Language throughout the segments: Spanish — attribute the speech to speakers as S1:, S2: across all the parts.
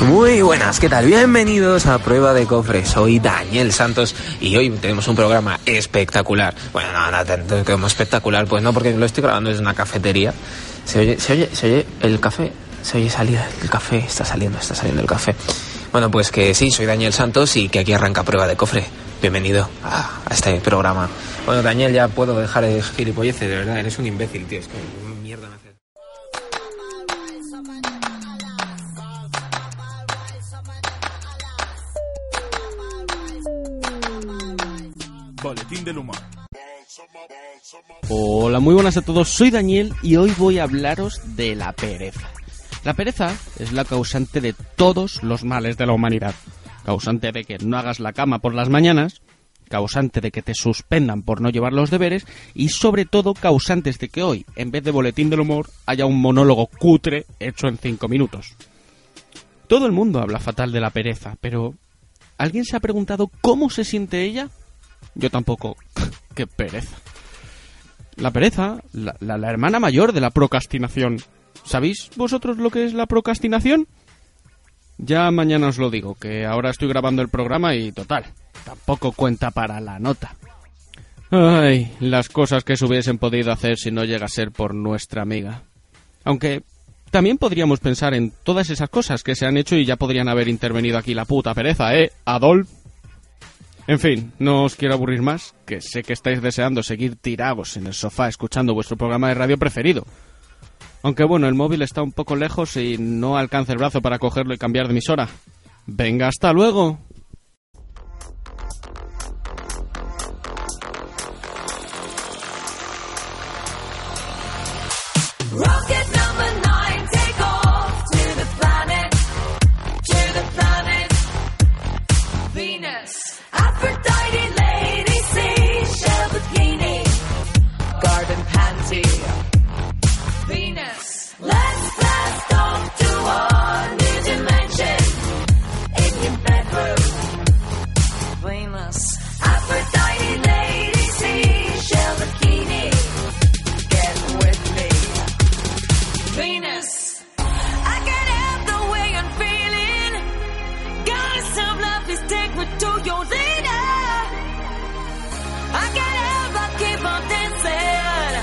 S1: Muy buenas, ¿qué tal? Bienvenidos a Prueba de Cofre. Soy Daniel Santos y hoy tenemos un programa espectacular. Bueno, no, no tanto como espectacular, pues no, porque lo estoy grabando desde una cafetería. Se oye, se oye, se oye el café, se oye salida el café, está saliendo, está saliendo el café. Bueno, pues que sí, soy Daniel Santos y que aquí arranca Prueba de Cofre. Bienvenido a, a este programa. Bueno, Daniel, ya puedo dejar de gilipolleces, de verdad, eres un imbécil, tío. Es que mierda me hace.
S2: Boletín del humor.
S3: Hola, muy buenas a todos, soy Daniel y hoy voy a hablaros de la pereza. La pereza es la causante de todos los males de la humanidad. Causante de que no hagas la cama por las mañanas, causante de que te suspendan por no llevar los deberes y sobre todo causantes de que hoy, en vez de boletín del humor, haya un monólogo cutre hecho en 5 minutos. Todo el mundo habla fatal de la pereza, pero ¿alguien se ha preguntado cómo se siente ella? Yo tampoco. Qué pereza. La pereza, la, la- la hermana mayor de la procrastinación. ¿Sabéis vosotros lo que es la procrastinación? Ya mañana os lo digo, que ahora estoy grabando el programa y total, tampoco cuenta para la nota. Ay, las cosas que se hubiesen podido hacer si no llega a ser por nuestra amiga. Aunque también podríamos pensar en todas esas cosas que se han hecho y ya podrían haber intervenido aquí la puta pereza, ¿eh, Adolf? En fin, no os quiero aburrir más, que sé que estáis deseando seguir tirados en el sofá escuchando vuestro programa de radio preferido. Aunque bueno, el móvil está un poco lejos y no alcanza el brazo para cogerlo y cambiar de emisora. Venga, hasta luego.
S4: Rocket number nine, take off to the planet, to the planet Venus. Aphrodite, lady, seashell bikini, garden panty, Venus. Let's blast off to a new dimension in your bedroom, Venus. Aphrodite, lady, seashell bikini, get with me. Venus. I can't help the way I'm feeling. Gotta some love, please take me to your leader. I can't help but keep on dancing.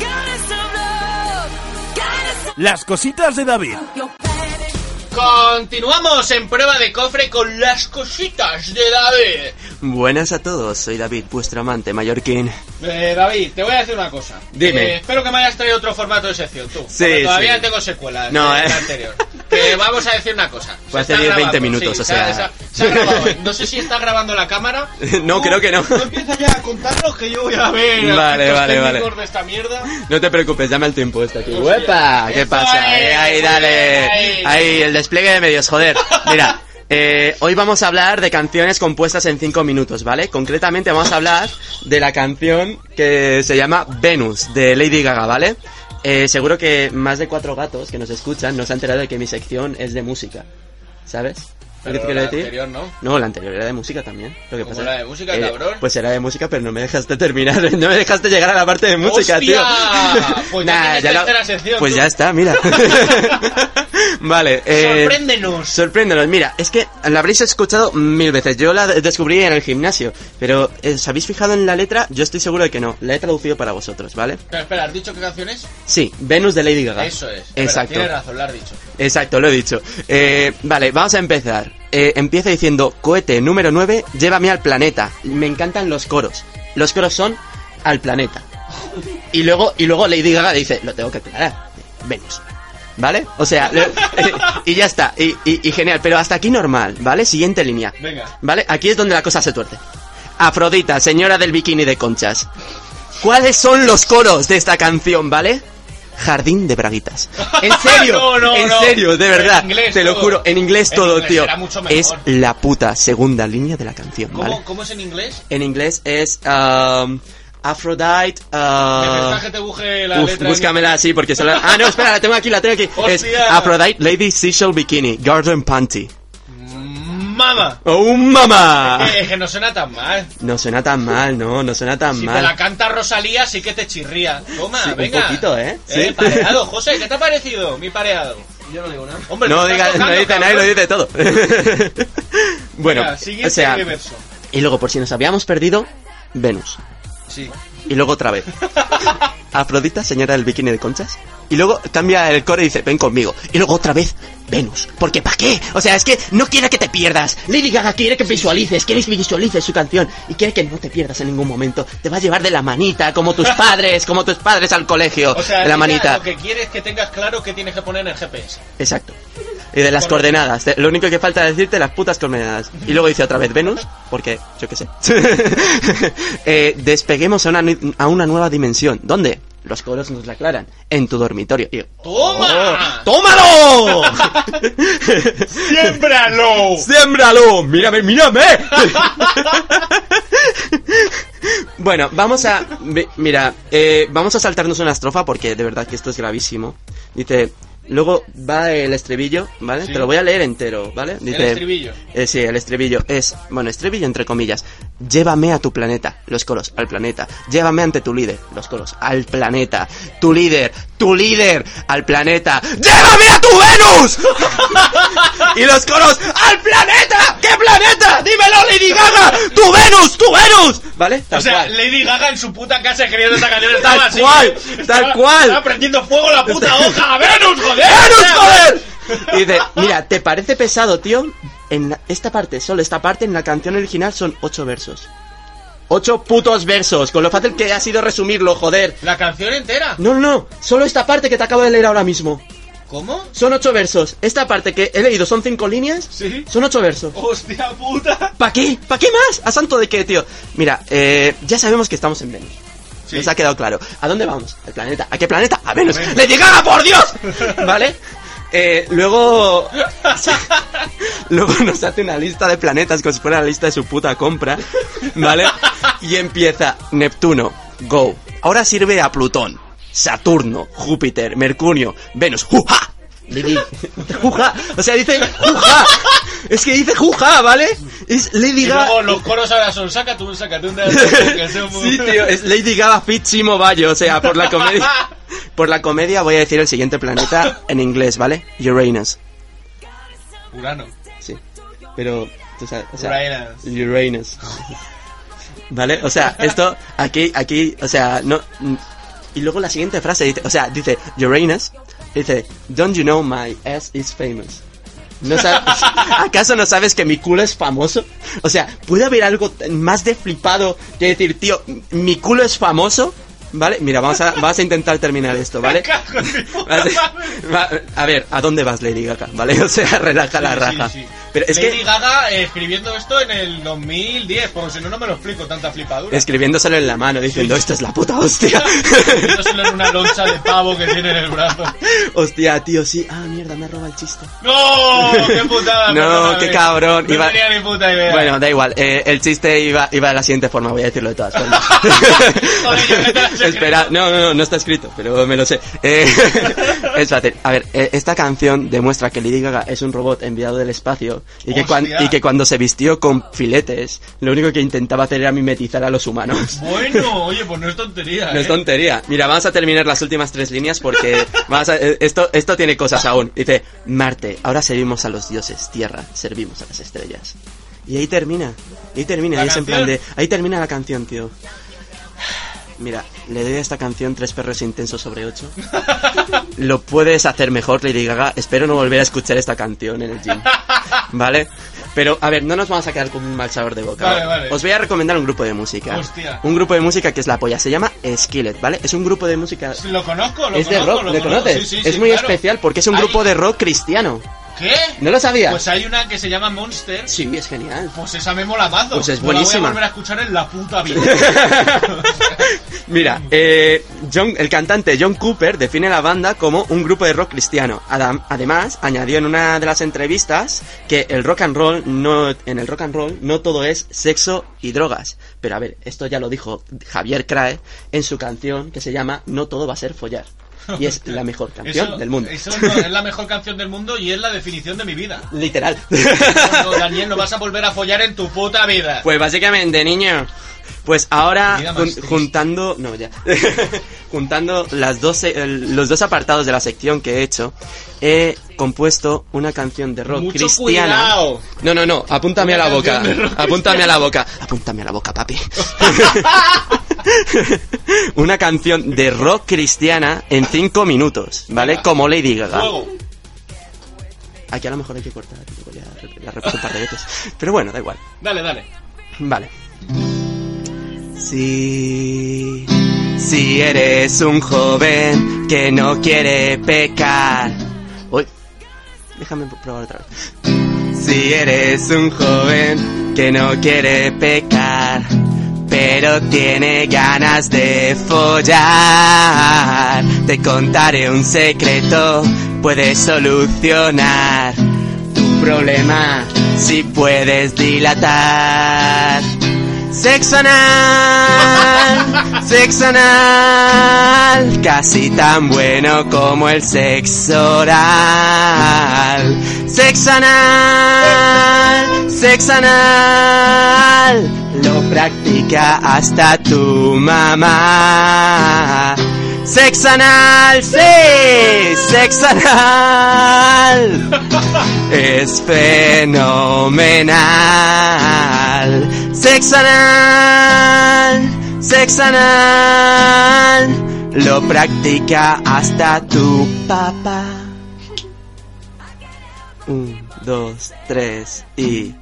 S4: Gotta some love. Gotta some
S2: Las cositas de David.
S4: your planet.
S5: Continuamos en prueba de cofre con las cositas de David.
S6: Buenas a todos, soy David, vuestro amante mallorquín.
S5: Eh, David, te voy a decir una cosa.
S6: Dime.
S5: Eh, espero que me hayas traído otro formato de sección, tú.
S6: Sí,
S5: porque todavía
S6: sí.
S5: tengo secuelas
S6: No,
S5: de la
S6: eh.
S5: anterior. Te vamos a decir una cosa.
S6: Va a
S5: Se
S6: ser
S5: está
S6: 10-20
S5: grabando,
S6: minutos,
S5: sí,
S6: o
S5: se
S6: sea.
S5: ha- se ha- se ha grabado. No sé si está grabando la cámara.
S6: No, creo que no.
S5: Tú empieza ya a contarlos que yo voy a ver.
S6: Vale,
S5: aspectos
S6: vale,
S5: técnicos
S6: vale.
S5: de esta mierda.
S6: No te preocupes, dame el tiempo está aquí.
S5: Hostia.
S6: ¡Uepa! ¿Qué
S5: Eso
S6: pasa?
S5: es,
S6: Eh, ahí,
S5: muy
S6: dale.
S5: bien, ahí.
S6: Ahí, el despliegue de medios, joder. Mira, eh, hoy vamos a hablar de canciones compuestas en 5 minutos, ¿vale? Concretamente vamos a hablar de la canción que se llama Venus, de Lady Gaga, ¿vale? Eh, seguro que más de cuatro gatos que nos escuchan no se han enterado de que mi sección es de música, ¿sabes?
S5: Pero
S6: ¿Lo que te quiero
S5: la
S6: decir?
S5: anterior no.
S6: No, la anterior era de música también. Lo que
S5: ¿Cómo
S6: pasa
S5: la de música,
S6: eh,
S5: cabrón?
S6: Pues era de música, pero no me dejaste terminar. No me dejaste llegar a la parte de música,
S5: ¡Hostia!
S6: tío.
S5: Pues ya tienes tercera sección,
S6: pues
S5: tú.
S6: ya está, mira. vale. Eh,
S5: Sorpréndenos.
S6: Sorpréndenos. Mira, es que la habréis escuchado mil veces. Yo la de- descubrí en el gimnasio. Pero, eh, ¿os habéis fijado en la letra? Yo estoy seguro de que no. La he traducido para vosotros, ¿vale?
S5: Espera, espera, ¿has dicho qué canción es?
S6: Sí, Venus de Lady Gaga.
S5: Eso es. Espera,
S6: Exacto.
S5: Tienes razón, lo has dicho.
S6: Exacto, lo he dicho. Eh, vale, vamos a empezar. Eh, empieza diciendo, cohete número 9, llévame al planeta. Me encantan los coros. Los coros son al planeta. Y luego, y luego Lady Gaga dice, lo tengo que aclarar. Venus. ¿Vale? O sea, lo- y ya está. Y, y- y genial. Pero hasta aquí normal, ¿vale? Siguiente línea.
S5: Venga.
S6: ¿Vale? Aquí es donde la cosa se tuerce. Afrodita, señora del bikini de conchas. ¿Cuáles son los coros de esta canción, vale? Jardín de braguitas. En serio,
S5: No, no,
S6: en
S5: no.
S6: serio, de
S5: En
S6: verdad.
S5: inglés
S6: te lo
S5: todo.
S6: juro, en inglés
S5: En
S6: todo,
S5: inglés
S6: tío.
S5: será mucho mejor.
S6: Es la puta segunda línea de la canción,
S5: ¿Cómo,
S6: ¿vale?
S5: ¿Cómo es en inglés?
S6: En inglés es um, Aphrodite.
S5: ¿Te
S6: Uh,
S5: pensás que te busque la
S6: uf,
S5: letra en-
S6: búscamela así porque se la... Ah, no, espera, la tengo aquí, la tengo aquí. Es
S5: Hostia.
S6: Aphrodite Lady Seashell Bikini, Garden Panty.
S5: ¡Mama!
S6: ¡Oh, mamá!
S5: Eh, que no suena tan mal.
S6: No suena tan mal, no, no suena tan
S5: Si
S6: mal.
S5: te la canta Rosalía, sí que te chirría. Toma,
S6: Sí, un
S5: venga.
S6: poquito, ¿eh? Sí.
S5: Pareado, José, ¿qué te ha parecido mi pareado?
S1: Yo no digo nada.
S5: Hombre,
S6: no
S5: te
S6: diga,
S5: estás
S6: no
S5: tocando,
S6: dice nadie, lo
S5: cabrón.
S6: dice todo. bueno,
S5: Venga, siguiente
S6: o sea,
S5: verso.
S6: y luego por si nos habíamos perdido, Venus.
S5: Sí.
S6: Y luego otra vez. Afrodita, señora del bikini de conchas. Y luego cambia el core y dice, ven conmigo. Y luego otra vez, Venus. Porque ¿para qué? O sea, es que no quiere que te pierdas. Lady Gaga quiere que visualices, quiere que visualices su canción. Y quiere que no te pierdas en ningún momento. Te va a llevar de la manita, como tus padres, como tus padres al colegio.
S5: O sea,
S6: de oh, la
S5: ella
S6: manita.
S5: Lo que quiere es que tengas claro que tienes que poner en el GPS.
S6: Exacto. Y de las
S5: Correcto.
S6: coordenadas. Te- Lo único que falta es decirte las putas coordenadas. Y luego dice otra vez Venus, porque yo qué sé. Eh, despeguemos a una, nu- a una nueva dimensión. ¿Dónde? Los coros nos la aclaran. En tu dormitorio. Y yo,
S5: ¡Toma!
S6: ¡Tómalo!
S5: ¡Siémbralo!
S6: ¡Siémbralo! ¡Mírame, mírame! bueno, vamos a. mi- Mira, eh, vamos a saltarnos una estrofa porque de verdad que esto es gravísimo. Dice. Luego va el estribillo, ¿vale?
S5: Sí.
S6: Te lo voy a leer entero, ¿vale? Dice,
S5: estribillo.
S6: eh, sí, el estribillo es, bueno, estribillo entre comillas. Llévame a tu planeta, los coros, al planeta. Llévame ante tu líder, los coros, al planeta. Tu líder, tu líder, al planeta. ¡Llévame a tu Venus! y los coros, ¡al planeta! ¿Qué planeta? ¡Dímelo, Lady Gaga! ¡Tu Venus, tu Venus! ¿Vale? Tal
S5: O sea,
S6: cual.
S5: Lady Gaga en su puta casa escribiendo esta canción estaba
S6: Tal
S5: así.
S6: cual, tal
S5: Estaba-
S6: cual. Este-
S5: Estaba prendiendo fuego la puta hoja. ¡A ¡Venus, joder!
S6: ¡Venus, joder! Y dice, mira, ¿te parece pesado, tío? En la- esta parte, solo esta parte, en la canción original son ocho versos. Ocho putos versos, con lo fácil que ha sido resumirlo, joder.
S5: ¿La canción entera?
S6: No, no, no, solo esta parte que te acabo de leer ahora mismo.
S5: ¿Cómo?
S6: Son ocho versos. Esta parte que he leído son cinco líneas.
S5: Sí.
S6: Son ocho versos.
S3: Oh.
S5: ¡Hostia puta!
S6: ¿Para qué? ¿Para qué más? ¿A santo de qué, tío? Mira, eh, ya sabemos que estamos en Venus.
S5: Sí.
S6: Nos ha quedado claro. ¿A dónde vamos? ¿Al planeta? ¿A qué planeta? ¡A Venus!
S5: A Venus.
S6: ¡Le llegaba, por Dios! ¿Vale? Eh, luego... luego nos hace una lista de planetas como si fuera la lista de su puta compra. ¿Vale? Y empieza Neptuno. Go. Ahora sirve a Plutón. Saturno, Júpiter, Mercurio, Venus, ¡juja! Lady- ¡Juja! O sea, dice ¡juja! Es que dice ¡juja! ¿Vale? Es Lady
S5: Y
S6: Gaga-
S5: luego los coros ahora son saca tú, saca tú, saca tú, que sea muy-
S6: sí, tío, es Lady Gaga Fit Chimo Bayo, o sea, por la comedia. Por la comedia voy a decir el siguiente planeta en inglés, ¿vale? Uranus.
S5: Urano.
S6: Sí. Pero tú sabes, o sea,
S5: Uranus.
S6: Uranus. ¿Vale? O sea, esto aquí aquí, o sea, no y luego la siguiente frase dice, o sea, dice Uranus, dice, "Don't you know my ass is famous?" ¿No sabes, ¿Acaso no sabes que mi culo es famoso? O sea, ¿puede haber algo t- más de flipado que decir, tío, mi culo es famoso? ¿Vale? Mira, vamos a, vas a intentar terminar esto, ¿vale?
S5: Cago en mi puta
S6: Vas a-
S5: madre.
S6: va- a ver, ¿a dónde vas, Lady Gaga? ¿Vale? O sea, relaja la
S5: Sí,
S6: raja.
S5: sí, sí.
S6: Pero es
S5: Lady
S6: que
S5: Gaga eh, escribiendo esto en el 2010, porque si no, no me lo explico, tanta flipadura.
S6: escribiéndoselo en la mano, diciendo, esto es la puta hostia.
S5: Yo solo en una loncha de pavo que tiene en el brazo.
S6: hostia, tío, sí. Ah, mierda, me roba el chiste.
S5: ¡No! ¡Qué putada!
S6: No,
S5: perdóname.
S6: qué cabrón.
S5: No
S6: Iba-
S5: tenía ni puta idea.
S6: Bueno, da igual. eh, el chiste iba, iba de la siguiente forma, voy a decirlo de todas formas.
S5: Joder, ya me lo has escrito.
S6: Espera, no, no, no, no está escrito, pero me lo sé. Eh, es fácil. A ver, eh, esta canción demuestra que Lady Gaga es un robot enviado del espacio y que, cuan-
S5: Hostia.
S6: y que cuando se vistió con filetes, lo único que intentaba hacer era mimetizar a los humanos.
S5: Bueno, oye, pues no es tontería.
S6: No es
S5: ¿eh?
S6: tontería. Mira, vamos a terminar las últimas tres líneas porque vamos a- eh, esto, esto tiene cosas aún. Dice, Marte, ahora servimos a los dioses, Tierra, servimos a las estrellas. Y ahí termina, ahí termina,
S5: ¿La
S6: ahí es en plan
S5: canción?
S6: de, ahí termina la canción, tío. Mira, le doy a esta canción tres perros intensos sobre ocho. Lo puedes hacer mejor, Lady Gaga. Espero no volver a escuchar esta canción en el gym. ¿Vale? Pero, a ver, no nos vamos a quedar con un mal sabor de boca.
S5: Vale, vale.
S6: Os voy a recomendar un grupo de música.
S5: Hostia.
S6: Un grupo de música que es la polla. Se llama Skillet, ¿vale? Es un grupo de música...
S5: Pues Lo conozco, lo
S6: es de
S5: conozco.
S6: rock,
S5: lo
S6: ¿lo,
S5: conozco.
S6: conoces?
S5: Sí, sí,
S6: es
S5: sí,
S6: muy
S5: claro.
S6: especial porque es un
S5: Hay-
S6: grupo de rock cristiano.
S5: ¿Qué?
S6: ¿No lo sabías?
S5: Pues hay una que se llama Monster.
S6: Sí, es genial.
S5: Pues esa me mola mazo.
S6: Pues es
S5: Me la
S6: buenísima.
S5: voy a volver a escuchar en la puta vida.
S6: Mira, eh, John, el cantante John Cooper define la banda como un grupo de rock cristiano. Adam- además, añadió en una de las entrevistas que el rock and roll no, en el rock and roll no todo es sexo y drogas. Pero a ver, esto ya lo dijo Javier Crae en su canción que se llama No todo va a ser follar. Y es la mejor canción
S5: Eso-
S6: del mundo.
S5: eso no, es la mejor canción del mundo y es la definición de mi vida.
S6: Literal.
S5: No, Daniel, no vas a volver a follar en tu puta vida.
S6: Pues básicamente, niño. Pues ahora,
S5: Vida más
S6: jun-
S5: triste.
S6: juntando. No, ya. juntando las dos, se- el- los dos apartados de la sección que he hecho, he compuesto una canción de rock
S5: Mucho
S6: cristiana.
S5: cuidado.
S6: No, no, no. Apúntame
S5: Una
S6: a la boca.
S5: canción de rock
S6: Apúntame a la boca. Apúntame a la boca, papi. una canción de rock cristiana en cinco minutos, ¿vale? Como Lady Gaga.
S5: Fuego.
S6: Aquí a lo mejor hay que cortar. luego ya la repito un par de veces. Pero bueno, da igual.
S5: Dale, dale.
S6: Vale. Si, si eres un joven que no quiere pecar. Uy, déjame probar otra vez. Si eres un joven que no quiere pecar, pero tiene ganas de follar, te contaré un secreto, puedes solucionar tu problema si puedes dilatar. Sexo anal, sexo anal, casi tan bueno como el sexo oral. Sexo anal, sexo anal, lo practica hasta tu mamá. Sexo anal, sí, sexo anal es fenomenal. Sexanal, sexanal, lo practica hasta tu papá. Un, dos, tres y...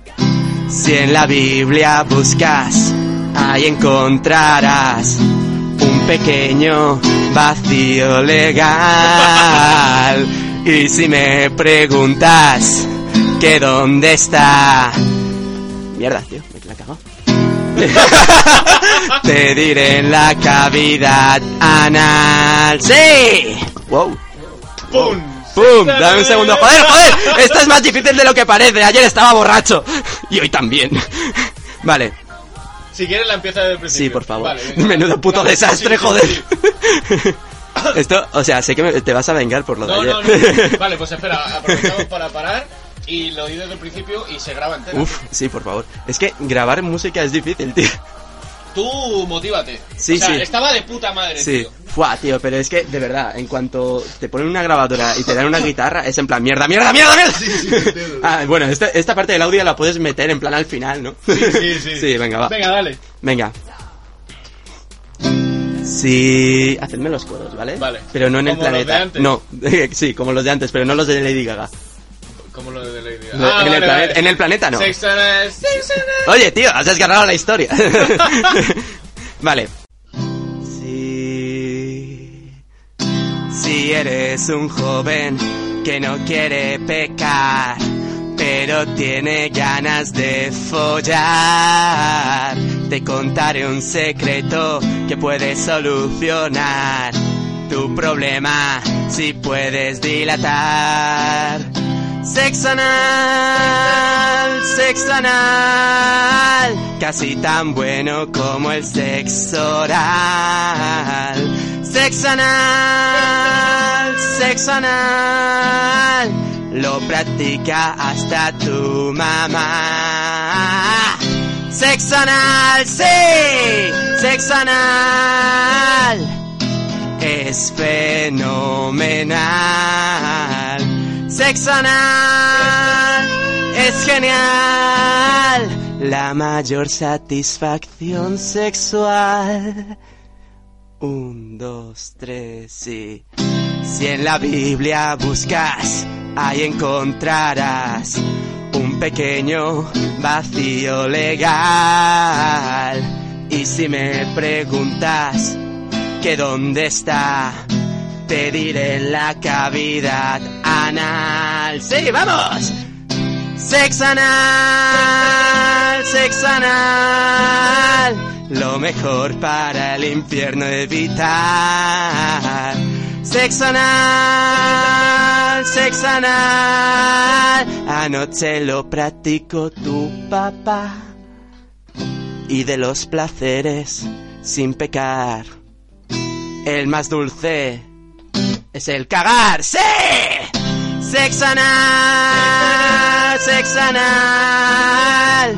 S6: Si en la Biblia buscas, ahí encontrarás un pequeño vacío legal. Y si me preguntas que dónde está... Mierda, tío, me la cago. Te diré en la cavidad anal. ¡Sí! ¡Wow! Oh.
S5: ¡Pum!
S6: ¡Pum! Dame un segundo. ¡Joder, joder! Esto es más difícil de lo que parece. Ayer estaba borracho. Y hoy también. Vale.
S5: Si quieres la empieza desde el principio.
S6: Sí, por favor.
S5: Vale, venga.
S6: Menudo puto
S5: Vale,
S6: desastre,
S5: sí, sí,
S6: joder.
S5: sí.
S6: Esto, o sea, sé que me- te vas a vengar por lo de
S5: No,
S6: ayer.
S5: no, no. Vale, pues espera, aprovechamos para parar y lo di desde el principio y se graba entero.
S6: Uf, sí, por favor. Es que grabar música es difícil, tío.
S5: Tú motívate.
S6: Sí,
S5: o sea,
S6: sí.
S5: estaba de puta madre,
S6: Sí.
S5: tío.
S6: Fua, tío, pero es que, de verdad, en cuanto te ponen una grabadora y te dan una guitarra, es en plan, mierda, mierda, mierda, mierda. Ah, bueno, esta, esta parte del audio la puedes meter en plan al final, ¿no?
S5: Sí, sí.
S6: Sí, venga, va.
S5: Venga, dale.
S6: Venga. Sí, hacedme los coros, ¿vale?
S5: Vale.
S6: Pero no en el
S5: Como los de
S6: planeta.
S5: antes.
S6: No, sí, como los de antes, pero no los de Lady Gaga.
S5: Como lo de Lady Ah,
S6: No, en, el planeta, en el planeta no.
S5: Sexana, sexana.
S6: Oye, tío, has desgarrado la historia. vale. Si, si eres un joven que no quiere pecar, pero tiene ganas de follar, te contaré un secreto que puedes solucionar tu problema si puedes dilatar. Sexo anal, sexo anal, casi tan bueno como el sexo oral. Sexo anal, sexo anal, lo practica hasta tu mamá. Sexo anal, sí, sexo anal es fenomenal. Sexo anal es genial. La mayor satisfacción sexual. Un, dos, tres y. Si en la Biblia buscas, ahí encontrarás un pequeño vacío legal. Y si me preguntas, que dónde está, te diré la cavidad anal. ¡Sí, vamos! Sex anal, sex anal, lo mejor para el infierno evitar. Sex anal, sex anal, anoche lo practicó tu papá. Y de los placeres, sin pecar el más dulce es el cagar. ¡Sí! Sex anal, sex anal.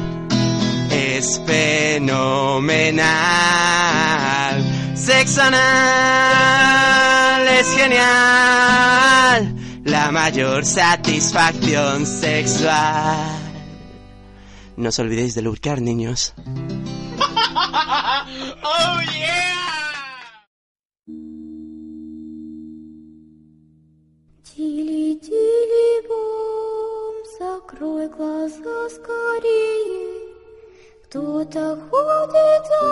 S6: Es fenomenal. Sex anal es genial. La mayor satisfacción sexual. No os olvidéis de lubricar, niños.
S7: ¡Oh, yeah!
S8: Тили, тили, бом, закрой глаза скорее. Кто-то ходит за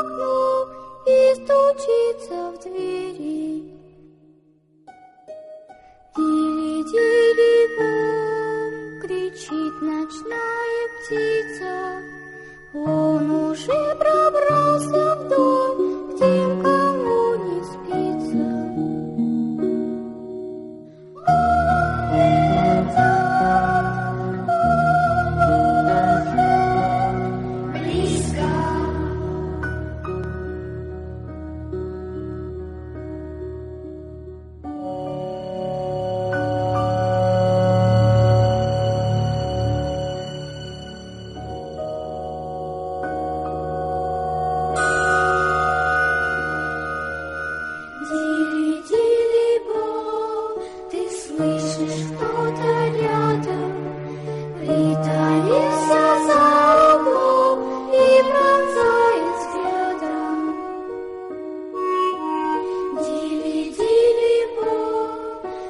S8: окном и стучится в двери. Тили, тили, бом, кричит ночная птица. Он уже пробрался в дом к тем, кому не спится. Дили-дили-бо, ты слышишь кто-то рядом, притаился за углом и пронзает взглядом. Дили-дили-бо,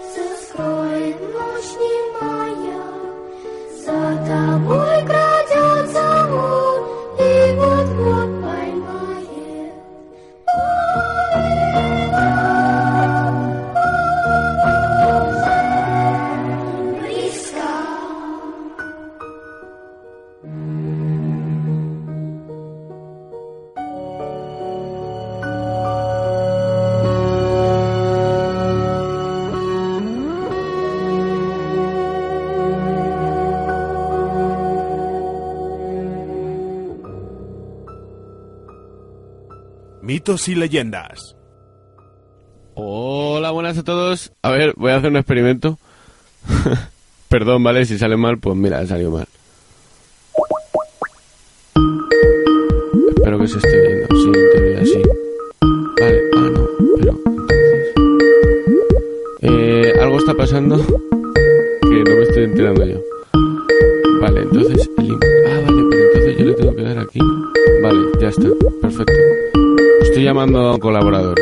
S8: все скроет ночь немая, за тобой крадется он и вот-вот поймает.
S2: Mitos y leyendas.
S3: Hola, buenas a todos. A ver, voy a hacer un experimento. Perdón, ¿vale? Si sale mal, pues mira, ha salido mal. Espero que se esté viendo. Sí, en teoría sí. Vale, ah, no, pero entonces... Eh, algo está pasando que no me estoy enterando yo. Vale, entonces... el link- Ah, vale, pero entonces yo le tengo que dar aquí. Vale, ya está. Perfecto. Estoy llamando a un colaborador.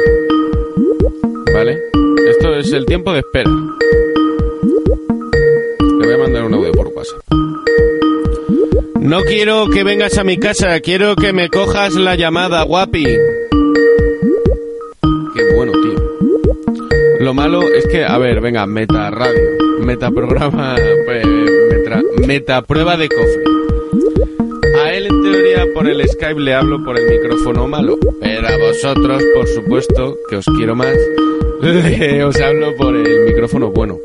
S3: ¿Vale? Esto es el tiempo de espera. Le voy a mandar un audio por WhatsApp. No quiero que vengas a mi casa, quiero que me cojas la llamada, guapi. Qué bueno, tío. Lo malo es que, a ver, venga, meta radio, meta programa, pues, metra- meta prueba de cofre. A él, en teoría, por el Skype le hablo por el micrófono malo. Pero a vosotros, por supuesto, que os quiero más, le- os hablo por el micrófono bueno.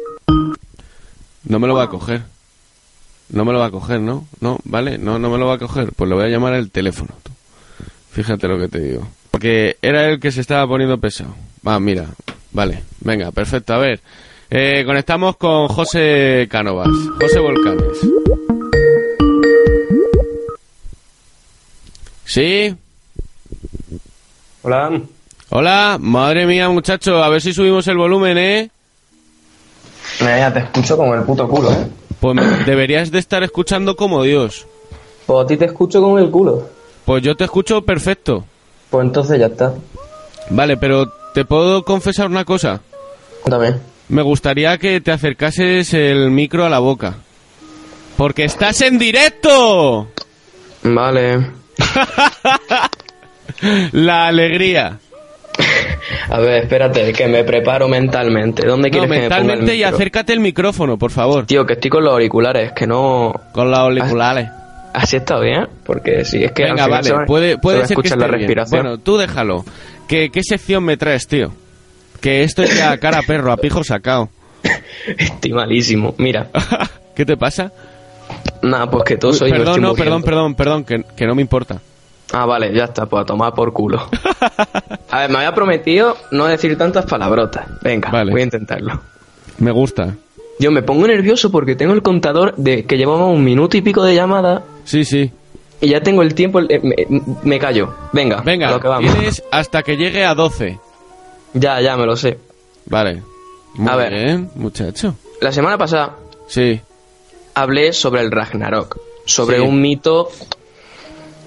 S3: No me lo va a coger. No me lo va a coger, ¿no? No, ¿vale? No, no me lo va a coger. Pues le voy a llamar al teléfono. tú. Fíjate lo que te digo. Porque era el que se estaba poniendo pesado. Va, mira. Vale. Venga, perfecto. A ver. Eh, conectamos con José Cánovas. José Volcanes. ¿Sí?
S9: Hola.
S3: Hola, madre mía, muchacho, a ver si subimos el volumen, ¿eh?
S9: Mira, ya te escucho como el puto culo, ¿eh?
S3: Pues me- deberías de estar escuchando como Dios.
S9: Pues a ti te escucho como el culo.
S3: Pues yo te escucho perfecto.
S9: Pues entonces ya está.
S3: Vale, pero te puedo confesar una cosa.
S9: Cuéntame.
S3: Me gustaría que te acercases el micro a la boca. Porque estás en directo.
S9: Vale.
S3: La alegría.
S9: A ver, espérate, que me preparo mentalmente. ¿Dónde
S3: No,
S9: quieres que me ponga el
S3: mentalmente y
S9: micro?
S3: acércate el micrófono, por favor.
S9: Tío, que estoy con los auriculares, que no...
S3: Con las auriculares.
S9: ¿Así está bien? Porque si es que...
S3: Venga,
S9: al final se
S3: vale,
S9: va-
S3: puede, puede
S9: se va a
S3: ser que
S9: escuchar
S3: esté
S9: la
S3: bien.
S9: respiración.
S3: Bueno, tú déjalo. ¿Qué, ¿Qué sección me traes, tío? Que esto es ya cara a perro, a pijo sacao.
S9: Estoy malísimo. Mira.
S3: ¿Qué te pasa?
S9: Nada, pues que todo soy yo,
S3: perdón,
S9: estoy
S3: no,
S9: muriendo.
S3: perdón, perdón, perdón, que, que no me importa.
S9: Ah, vale, ya está, pues a tomar por culo. A ver, me había prometido no decir tantas palabrotas. Venga,
S3: Vale.
S9: voy a intentarlo.
S3: Me gusta.
S9: Yo me pongo nervioso porque tengo el contador de que llevamos un minuto y pico de llamada
S3: Sí, sí.
S9: y ya tengo el tiempo. eh, me, me callo. Venga, Ah, a
S3: Venga,
S9: lo que vamos.
S3: tienes hasta que llegue a 12.
S9: Ya, ya me lo sé.
S3: Vale. Muy
S9: A ver.
S3: bien, muchacho.
S9: La semana pasada
S3: Sí.
S9: hablé sobre el Ragnarok, sobre
S3: Sí.
S9: un mito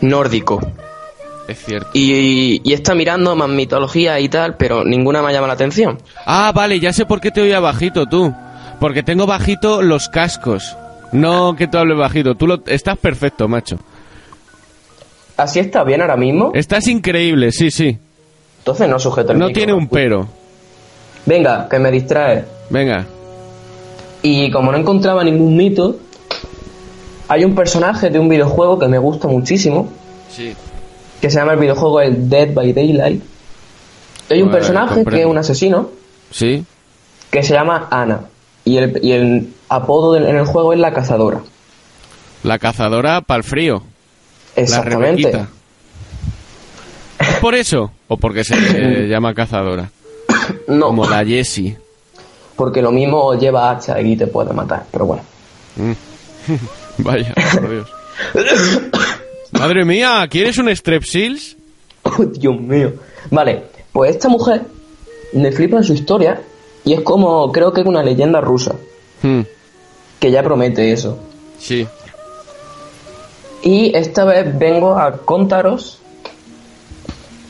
S9: nórdico.
S3: Es cierto.
S9: Y, y está mirando más mitología y tal, pero ninguna me llama la atención.
S3: Ah, vale, ya sé por qué te oía bajito tú. Porque tengo bajito los cascos. No que tú hables bajito, tú lo, estás perfecto, macho.
S9: ¿Así está bien ahora mismo?
S3: Estás increíble, sí, sí.
S9: Entonces no sujeto el
S3: No
S9: micro.
S3: tiene un pero.
S9: Venga, que me distrae.
S3: Venga.
S9: Y como no encontraba ningún mito, hay un personaje de un videojuego que me gusta muchísimo,
S3: Sí.
S9: que se llama el videojuego el Dead by Daylight. Hay un
S3: Vale,
S9: personaje que es
S3: comprendo.
S9: un asesino
S3: Sí.
S9: que se llama Ana. Y el, y el apodo del- en el juego es la cazadora.
S3: La cazadora para el frío. La
S9: Exactamente.
S3: Rebequita. ¿Es por eso? ¿O porque se le llama cazadora?
S9: no,
S3: Como la Jessie.
S9: porque lo mismo lleva hacha y te puede matar, pero bueno.
S3: Vaya, por Dios. Madre mía, ¿quieres un Strepsils?
S9: Oh, Dios mío. Vale, pues esta mujer me flipa en su historia y es como, creo que es una leyenda rusa,
S3: Hmm,
S9: que ya promete eso.
S3: Sí.
S9: Y esta vez vengo a contaros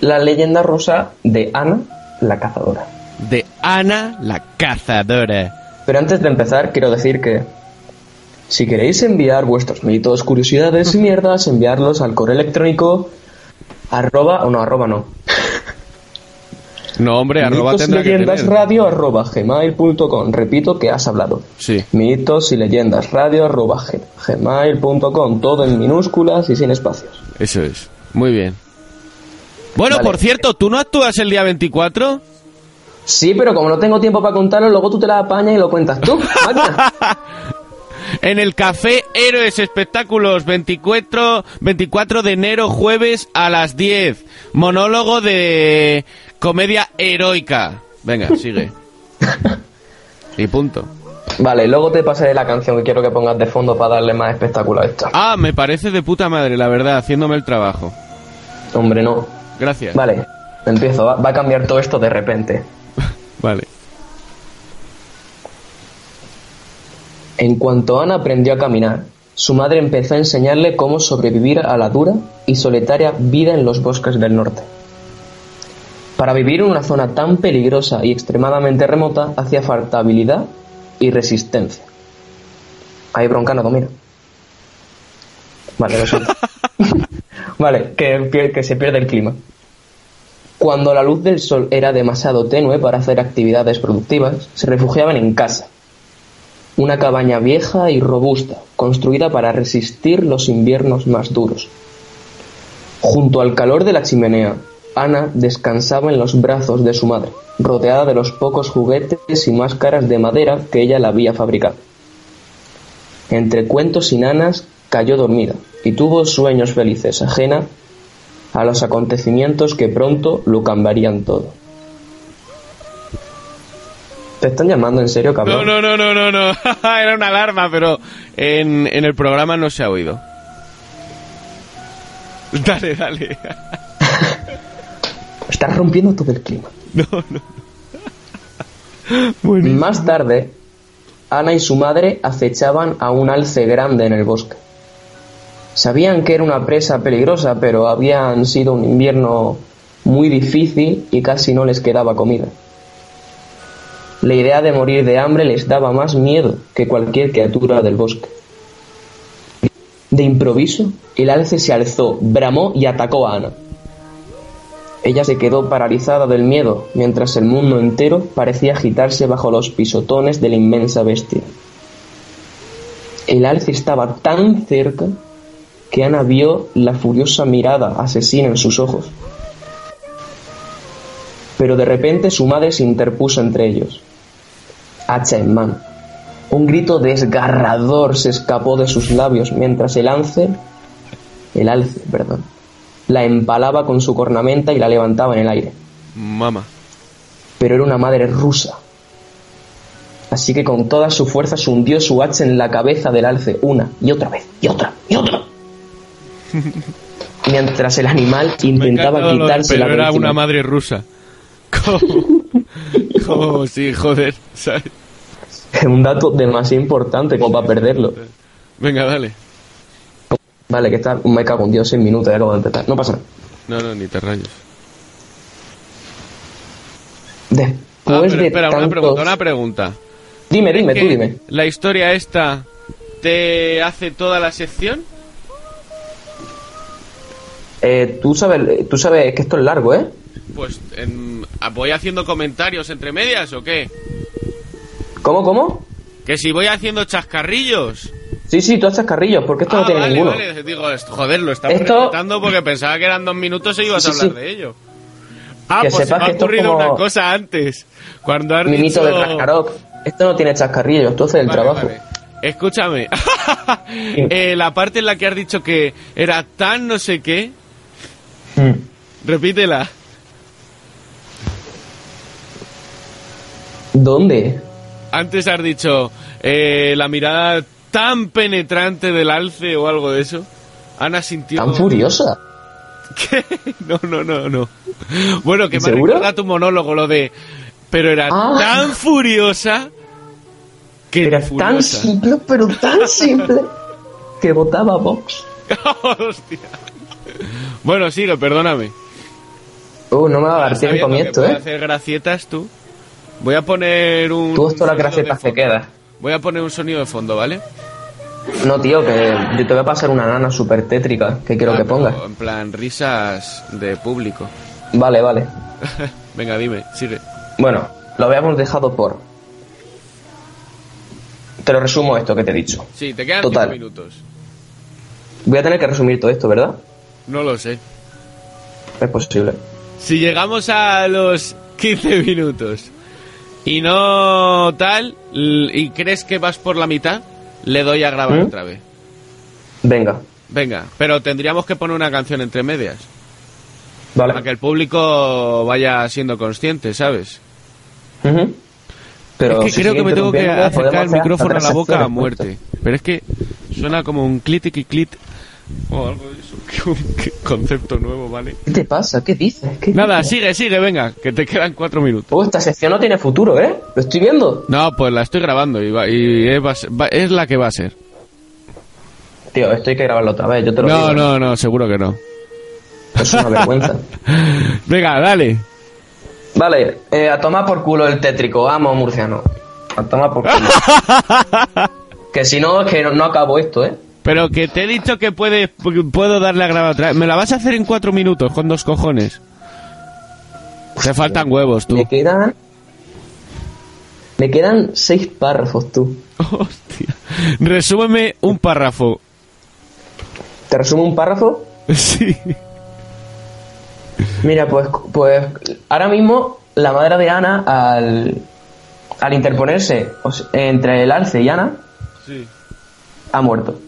S9: la leyenda rusa de Ana la cazadora.
S3: De Ana la cazadora.
S9: Pero antes de empezar, quiero decir que si queréis enviar vuestros mitos, curiosidades y mierdas, enviarlos al correo electrónico arroba o no, arroba no.
S3: No, hombre, arroba
S9: mitos y
S3: tendrá que
S9: leyendas
S3: tener.
S9: radio arroba gmail.com. Repito que has hablado.
S3: Sí.
S9: Mitos y leyendas radio arroba g- gmail.com. Todo en minúsculas y sin espacios.
S3: Eso es. Muy bien. Bueno,
S9: Vale.
S3: por cierto, ¿tú no actúas el día 24?
S9: Sí, pero como no tengo tiempo para contarlo, luego tú te la apañas y lo cuentas tú. máquina.
S3: En el Café Héroes Espectáculos, 24, 24 de enero, jueves a las 10. Monólogo de comedia heroica. Venga, sigue. y punto.
S9: vale, luego te pasaré la canción que quiero que pongas de fondo para darle más espectáculo a esto.
S3: Ah, me parece de puta madre, la verdad, haciéndome el trabajo.
S9: Hombre, no.
S3: Gracias.
S9: Vale, empiezo. Va, va a cambiar todo esto de repente.
S3: Vale.
S9: En cuanto Ana aprendió a caminar, su madre empezó a enseñarle cómo sobrevivir a la dura y solitaria vida en los bosques del norte. Para vivir en una zona tan peligrosa y extremadamente remota hacía falta habilidad y resistencia. Ahí bronca no domina. Vale, lo siento. vale, que, pier- que se pierde el clima. Cuando la luz del sol era demasiado tenue para hacer actividades productivas, se refugiaban en casa, una cabaña vieja y robusta, construida para resistir los inviernos más duros. Junto al calor de la chimenea, Ana descansaba en los brazos de su madre, rodeada de los pocos juguetes y máscaras de madera que ella la había fabricado. Entre cuentos y nanas cayó dormida y tuvo sueños felices ajena a los acontecimientos que pronto lo cambiarían todo. ¿Te están llamando en serio, cabrón?
S3: No, no, no, no, no, no. Era una alarma, pero en, en el programa no se ha oído. Dale, dale.
S9: Estás rompiendo todo el clima. Más tarde, Ana y su madre acechaban a un alce grande en el bosque. Sabían que era una presa peligrosa, pero habían sido un invierno muy difícil y casi no les quedaba comida. La idea de morir de hambre les daba más miedo que cualquier criatura del bosque. De improviso, el alce se alzó, bramó y atacó a Ana. Ella se quedó paralizada del miedo, mientras el mundo entero parecía agitarse bajo los pisotones de la inmensa bestia. El alce estaba tan cerca que Ana vio la furiosa mirada asesina en sus ojos. Pero de repente su madre se interpuso entre ellos. Hacha en mano. Un grito desgarrador se escapó de sus labios mientras el alce, el alce, perdón, la empalaba con su cornamenta y la levantaba en el aire.
S6: Mama.
S9: Pero era una madre rusa. Así que con toda su fuerza se hundió su hacha en la cabeza del alce una y otra vez, y otra, y otra. Mientras el animal
S3: Me
S9: intentaba
S3: encanta lo de,
S9: quitársela
S3: pero
S9: de
S3: era
S9: encima.
S3: una madre rusa. ¿Cómo? ¿Cómo? Sí, joder. ¿sabes?
S9: Un dato demasiado importante como para perderlo.
S3: Venga, dale.
S9: Vale, que está, me cago en Dios, seis minutos, ya acabo de empezar. No pasa nada.
S3: No, no, ni te rayes. Ah,
S9: Después
S3: pero
S9: de
S3: espera, una
S9: tantos-
S3: pregunta, una pregunta.
S9: Dime, dime,
S3: ¿Es
S9: tú
S3: que
S9: dime.
S3: ¿La historia esta te hace toda la sección?
S9: Eh, tú, sabes, tú sabes que esto es largo, ¿eh?
S3: Pues em, voy haciendo comentarios entre medias o qué?
S9: ¿Cómo, cómo?
S3: Que si voy haciendo chascarrillos.
S9: Sí, sí, tú haces carrillos, porque esto
S3: ah,
S9: no tiene
S3: vale,
S9: ninguno.
S3: vale. Digo, est- joder, lo estaba
S9: Esto-
S3: respetando porque pensaba que eran dos minutos y ibas a
S9: Sí,
S3: hablar
S9: sí.
S3: de ello. Ah,
S9: Que
S3: pues se
S9: sepas
S3: me ha
S9: que esto es
S3: ocurrido
S9: como-
S3: una cosa antes. Cuando has
S9: Mimito
S3: dicho...
S9: del Ragnarok. Esto no tiene chascarrillos, tú haces el
S3: Vale,
S9: trabajo.
S3: vale. Escúchame. Eh, la parte en la que has dicho que era tan no sé qué,
S9: Mm.
S3: repítela.
S9: ¿Dónde?
S3: Antes has dicho eh, la mirada tan penetrante del alce o algo de eso. Ana sintió...
S9: Tan furiosa.
S3: ¿Qué? No, no, no, no. Bueno, que me
S9: ¿Seguro?
S3: recuerda tu monólogo, lo de... Pero era
S9: Ah.
S3: tan furiosa que
S9: Era tan
S3: furiosa.
S9: simple, pero tan simple, que votaba Vox.
S3: Oh, Hostia. Bueno, sigue, perdóname.
S9: Uh, no me va a dar tiempo a mí
S3: Ah, Sabiendo que
S9: esto,
S3: puedo
S9: ¿eh?
S3: hacer gracietas tú. Voy a poner un.
S9: Tú esto las
S3: sonido
S9: gracietas
S3: de fondo.
S9: te quedas.
S3: Voy a poner un sonido de fondo, ¿vale?
S9: No, tío, que yo te voy a pasar una nana súper tétrica que quiero
S3: Ah,
S9: que
S3: pero
S9: pongas.
S3: En plan, risas de público.
S9: Vale, vale.
S3: Venga, dime, sigue.
S9: Bueno, lo habíamos dejado por. Te lo resumo esto que te he dicho.
S3: Sí, te quedan
S9: Total.
S3: 5 minutos.
S9: Voy a tener que resumir todo esto, ¿verdad?
S3: No lo sé.
S9: Es posible.
S3: Si llegamos a los 15 minutos y no tal, l- y crees que vas por la mitad, le doy a grabar
S9: ¿Mm?
S3: otra vez.
S9: Venga,
S3: Venga, pero tendríamos que poner una canción entre medias. Para que
S9: vale.
S3: el público vaya siendo consciente, ¿sabes?
S9: Ujú. Pero
S3: es que
S9: si
S3: creo
S9: sigue
S3: que me tengo que
S9: interrumpiendo, podemos
S3: acercar el
S9: hacer hasta
S3: micrófono a
S9: tres
S3: la boca a
S9: secciones,
S3: muerte. Pero es que suena como un clit y clit. O algo de eso. que un- que concepto nuevo, ¿vale?
S9: ¿Qué te pasa? ¿Qué dices? ¿Qué
S3: Nada,
S9: dices?
S3: sigue, sigue, venga, que te quedan cuatro minutos.
S9: Oh, esta sección no tiene futuro, ¿eh? Lo estoy viendo.
S3: No, pues la estoy grabando y, va- y es, va a ser- va- es la que va a ser.
S9: Tío, esto hay que grabarlo otra vez, yo te lo digo.
S3: No, no, no, seguro que no.
S9: Es una vergüenza.
S3: Venga, dale.
S9: Vale, eh, a tomar por culo el tétrico, amo murciano. A tomar por culo. que si no, es que no, no acabo esto, ¿eh?
S3: Pero que te he dicho que puedes, puedo darle a grabar otra vez. Me la vas a hacer en cuatro minutos, con dos cojones. Te faltan huevos, tú.
S9: Me quedan. Me quedan seis párrafos, tú.
S3: Hostia. Resúmeme un párrafo.
S9: ¿Te resumo un párrafo?
S3: Sí.
S9: Mira, pues, pues ahora mismo la madre de Ana, al, al interponerse o sea, entre el alce y Ana, ha muerto.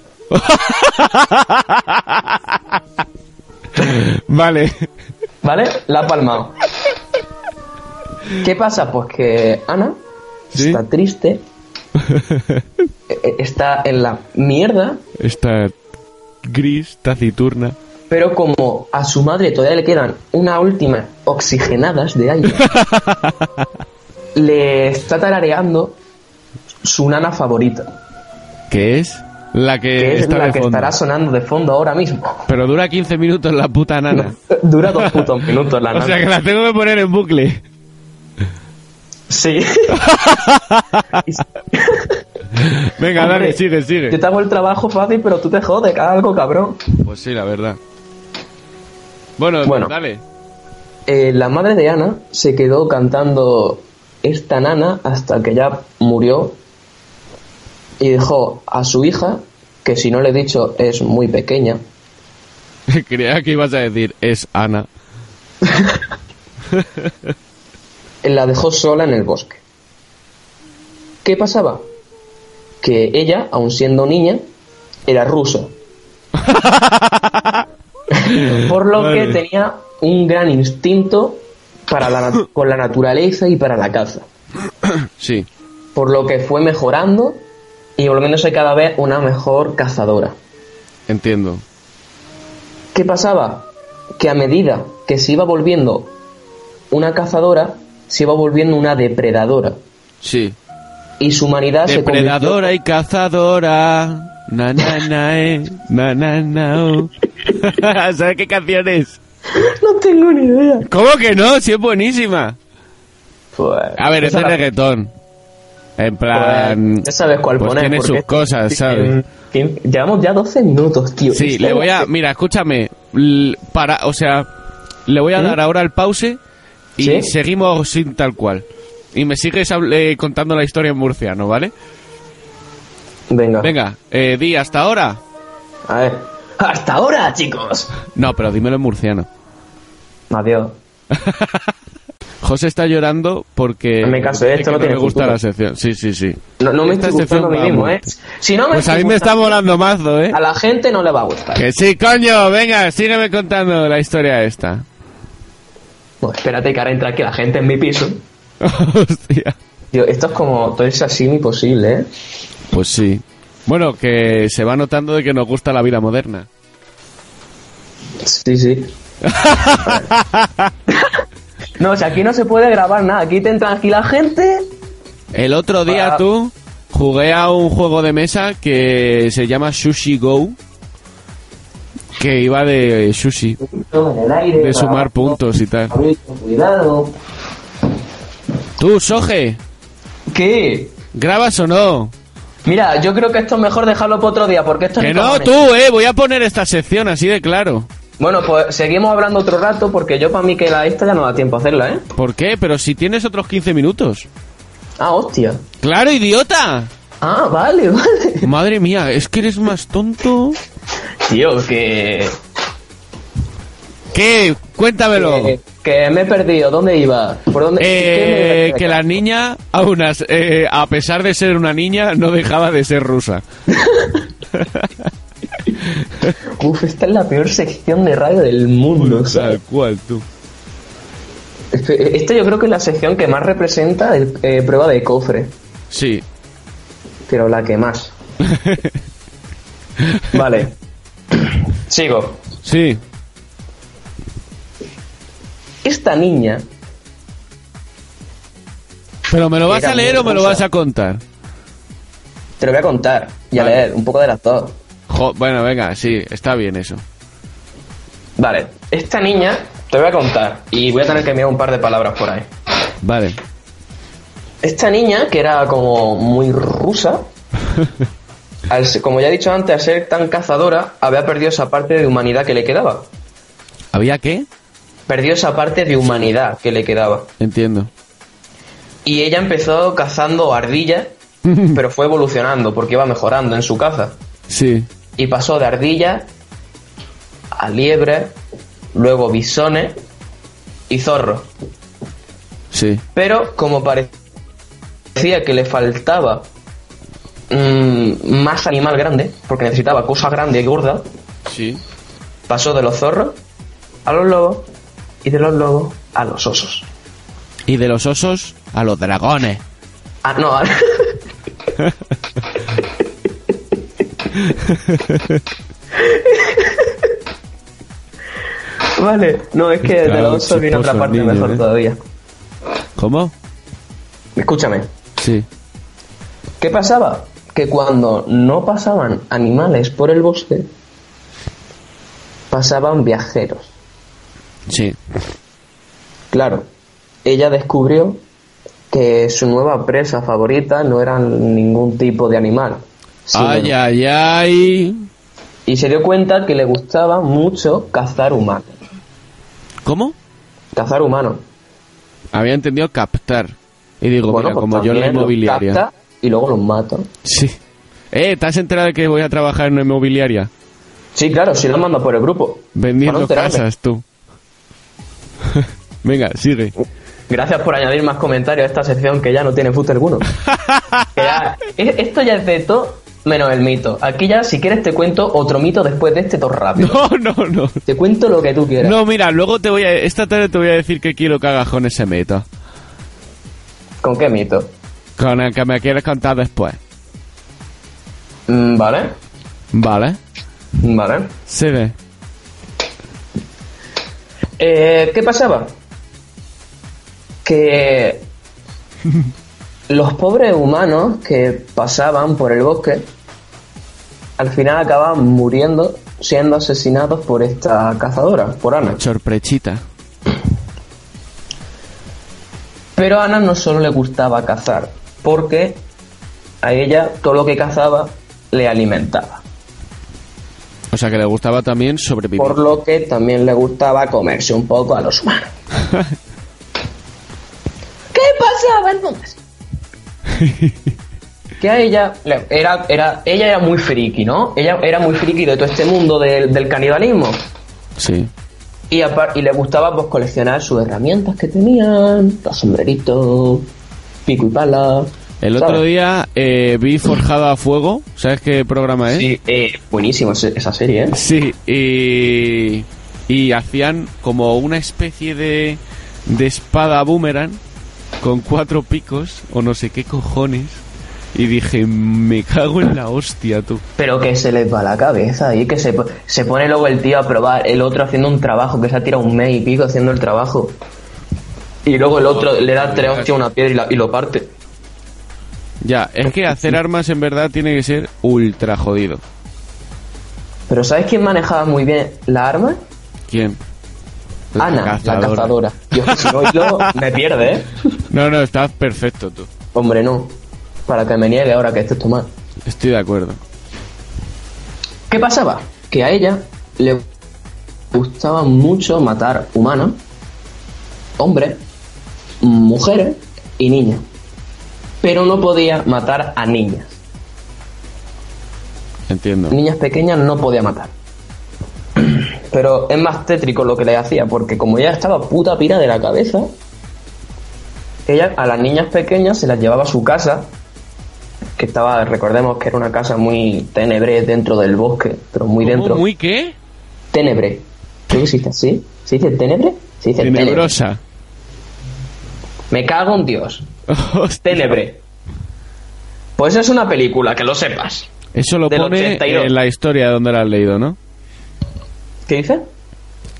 S3: Vale.
S9: ¿Vale? La ha palmado. ¿Qué pasa? Pues que Ana
S3: Sí.
S9: está triste, e- e- está en la mierda,
S3: Está gris, taciturna.
S9: pero como a su madre todavía le quedan una última oxigenadas de aire, le está tarareando su nana favorita,
S3: ¿Qué es? La que,
S9: que es
S3: Eh, está
S9: la
S3: de
S9: que
S3: fondo.
S9: estará sonando de fondo ahora mismo.
S3: Pero dura 15 minutos la puta nana.
S9: Dura dos putos minutos la
S3: o
S9: nana.
S3: sea que la tengo que poner en bucle.
S9: Sí.
S3: Venga,
S9: Hombre,
S3: dale, sigue,
S9: Yo
S3: sigue.
S9: te hago el trabajo fácil, pero tú te jodes, haz algo, cabrón.
S3: Pues sí, la verdad. Bueno,
S9: Bueno.
S3: dale.
S9: Eh, la madre de Ana se quedó cantando esta nana hasta que ya murió y dejó a su hija, que si no le he dicho es muy pequeña,
S3: Creía que ibas a decir, es Ana.
S9: eh, la dejó sola en el bosque. ¿Qué pasaba? Que ella, aun siendo niña, era rusa. Por lo
S3: Vale.
S9: que tenía un gran instinto para la, nat- con la naturaleza y para la caza.
S3: Sí.
S9: Por lo que fue mejorando y volviéndose cada vez una mejor cazadora.
S3: Entiendo.
S9: ¿Qué pasaba? Que a medida que se iba volviendo una cazadora, se iba volviendo una depredadora.
S3: Sí.
S9: Y su humanidad se convirtió...
S3: Depredadora y cazadora. Na na na eh. Na na na oh. ¿Sabes qué canción es?
S9: No tengo ni idea.
S3: ¿Cómo que no? Si es buenísima.
S9: Pues,
S3: A ver, es
S9: esa
S3: de
S9: la-
S3: reggaetón. En plan.
S9: pues, ya sabes cuál
S3: pues
S9: poner.
S3: Tiene
S9: porque- este
S3: sus cosas, ¿sabes?
S9: Que- Llevamos ya 12 minutos, tío. Este
S3: Sí, le voy a. Mira, escúchame. l- Para, o sea, le voy a
S9: ¿Mm?
S3: dar ahora el pause y
S9: ¿Sí?
S3: seguimos sin tal cual. Y me sigues habl- eh, contando la historia en murciano, ¿vale?
S9: Venga.
S3: Venga, eh, di hasta ahora.
S9: A ver. ¡Hasta ahora, chicos!
S3: No, pero dímelo en murciano.
S9: Adiós.
S3: José está llorando porque.
S9: Hazme caso,
S3: dice
S9: esto
S3: que
S9: no tiene
S3: me gusta
S9: futuro.
S3: la sección. Sí, sí, sí.
S9: No, no me
S3: Esta
S9: estoy gustando a mí
S3: sección va
S9: mismo,
S3: a
S9: ¿eh?
S3: muerte.
S9: Si no me
S3: Pues a
S9: estoy
S3: mí me está
S9: gustando,
S3: volando mazo, ¿eh?
S9: A la gente no le va a gustar.
S3: Que sí, coño, venga, sígueme contando la historia esta.
S9: Bueno, Pues espérate que ahora entra aquí la gente en mi piso.
S3: Hostia.
S9: Tío, esto es como todo es así imposible, ¿eh?
S3: Pues sí. Bueno, que se va notando de que nos gusta la vida moderna.
S9: Sí, sí. no, o sea, aquí no se puede grabar nada. Aquí te entra aquí la gente.
S3: El otro día
S9: Ah.
S3: tú jugué a un juego de mesa que se llama Sushi Go, que iba de sushi,
S9: En el aire.
S3: de sumar puntos y tal.
S9: Cuidado.
S3: Tú, Soje,
S9: ¿Qué?
S3: ¿grabas o no?
S9: Mira, yo creo que esto es mejor dejarlo para otro día, porque esto es
S3: Que no,
S9: cojones.
S3: tú, eh, voy a poner esta sección así de claro.
S9: Bueno, pues seguimos hablando otro rato, porque yo para mí que la esta ya no da tiempo a hacerla, ¿eh?
S3: ¿Por qué? Pero si tienes otros 15 minutos.
S9: Ah, hostia.
S3: ¡Claro, idiota!
S9: Ah, vale, vale.
S3: Madre mía, es que eres más tonto.
S9: Tío, que...
S3: ¿Qué? Cuéntamelo.
S9: que... que me he perdido. ¿Dónde iba? ¿Por dónde?
S3: Eh,
S9: Eh, ¿Qué me-
S3: que la niña, a, unas, eh, a pesar de ser una niña, no dejaba de ser rusa.
S9: Uf, esta es la peor sección de radio del mundo. ¿sabes?
S3: cual tú.
S9: Este- Esta yo creo que es la sección que más representa el eh, prueba de cofre,
S3: Sí.
S9: pero la que más. vale. Sigo.
S3: Sí.
S9: Esta niña
S3: ¿Pero me lo vas
S9: Era
S3: a leer
S9: muy
S3: o me lo
S9: rusa.
S3: vas a contar?
S9: Te lo voy a contar y a
S3: Vale.
S9: leer un poco de las dos.
S3: Jo- bueno, venga, sí, está bien eso.
S9: Vale, esta niña te voy a contar y voy a tener que mirar un par de palabras por ahí.
S3: Vale.
S9: Esta niña, que era como muy rusa, al se- como ya he dicho antes, al ser tan cazadora, había perdido esa parte de humanidad que le quedaba.
S3: ¿Había qué?
S9: Perdió esa parte de humanidad que le quedaba.
S3: Entiendo.
S9: Y ella empezó cazando ardillas, pero fue evolucionando porque iba mejorando en su caza.
S3: Sí.
S9: Y pasó de ardillas a liebres, luego bisones y zorros.
S3: Sí.
S9: Pero como parecía que le faltaba mm, más animal grande, porque necesitaba cosas grandes y gordas,
S3: Sí.
S9: pasó de los zorros a los lobos y de los lobos a los osos.
S3: Y de los osos a los dragones.
S9: Ah, no, a- Vale, no, es que de
S3: Claro,
S9: los osos viene otra
S3: chistoso el
S9: parte
S3: niño,
S9: mejor
S3: ¿eh?
S9: todavía.
S3: ¿Cómo?
S9: Escúchame,
S3: Sí.
S9: ¿qué pasaba? Que cuando no pasaban animales por el bosque, pasaban viajeros.
S3: Sí.
S9: Claro, ella descubrió que su nueva presa favorita no era ningún tipo de animal. sino-
S3: ay, ay, ay.
S9: Y se dio cuenta que le gustaba mucho cazar humanos.
S3: ¿Cómo?
S9: Cazar humanos.
S3: Había entendido captar. Y digo,
S9: Bueno,
S3: mira,
S9: pues
S3: como yo la
S9: también los
S3: inmobiliaria.
S9: capta y luego los mata.
S3: Sí. Eh, ¿te has enterado de que voy a trabajar en una inmobiliaria?
S9: Sí, claro, si los manda por el grupo. Para no
S3: Vendiendo
S9: enterarme.
S3: casas, tú. Venga, sigue.
S9: Gracias por añadir más comentarios a esta sección que ya no tiene puto alguno. Que ya- e- esto ya es de todo. menos el mito. Aquí ya, si quieres, te cuento otro mito después de este todo rápido.
S3: No, no, no.
S9: Te cuento lo que tú quieras.
S3: No, mira, luego te voy a... Esta tarde te voy a decir que quiero que hagas con ese mito.
S9: ¿Con qué mito?
S3: Con el que me quieres contar después.
S9: Mm, vale,
S3: ¿Vale?
S9: vale.
S3: Se ve.
S9: Eh, ¿Qué pasaba? Que los pobres humanos que pasaban por el bosque al final acababan muriendo siendo asesinados por esta cazadora, por Ana.
S3: Sorprechita.
S9: Pero a Ana no solo le gustaba cazar, porque a ella todo lo que cazaba le alimentaba.
S3: O sea que le gustaba también sobrevivir.
S9: Por lo que también le gustaba comerse un poco a los humanos. ¿Qué pasaba entonces? que a ella le- era, era, ella era muy friki, ¿no? Ella era muy friki de todo este mundo del, del canibalismo.
S3: Sí.
S9: Y, apar- y le gustaba pues coleccionar sus herramientas que tenían, los sombreritos, pico y pala.
S3: El
S9: ¿sabes?
S3: otro día eh, vi Forjado a Fuego. ¿Sabes qué programa es?
S9: Sí, eh, buenísimo ese- esa serie, ¿eh?
S3: Sí, y, y hacían como una especie de, de espada boomerang con cuatro picos o no sé qué cojones. Y dije, me cago en la hostia, tú.
S9: Pero que se les va la cabeza y que se, po- se pone luego el tío a probar, el otro haciendo un trabajo, que se ha tirado un mes y pico haciendo el trabajo. Y luego el otro le da tres hostias a una piedra y, la- y lo parte.
S3: Ya, es que hacer armas en verdad tiene que ser ultra jodido.
S9: Pero ¿sabes quién manejaba muy bien la arma?
S3: ¿Quién?
S9: Ana, la cazadora. Dios, que si no, yo me pierde, ¿eh?
S3: No, no, estás perfecto tú.
S9: Hombre, no. Para que me niegue ahora que estés tomando.
S3: Estoy de acuerdo.
S9: ¿Qué pasaba? Que a ella le gustaba mucho matar humanos, hombres, mujeres y niños. Pero no podía matar a niñas.
S3: Entiendo.
S9: Niñas pequeñas no podía matar. Pero es más tétrico lo que le hacía, porque como ella estaba puta pira de la cabeza, ella a las niñas pequeñas se las llevaba a su casa, que estaba, recordemos que era una casa muy tenebre dentro del bosque, pero muy
S3: ¿Cómo?
S9: dentro.
S3: ¿Muy qué?
S9: Tenebre. Creo que se dice así. ¿Se dice tenebre? Se dice tenebre.
S3: Tenebrosa.
S9: Me cago en Dios.
S3: Hostia.
S9: Tenebre. Pues es una película, que lo sepas.
S3: Eso lo
S9: Del
S3: pone
S9: 82.
S3: en la historia donde la has leído, ¿no?
S9: ¿Qué dice?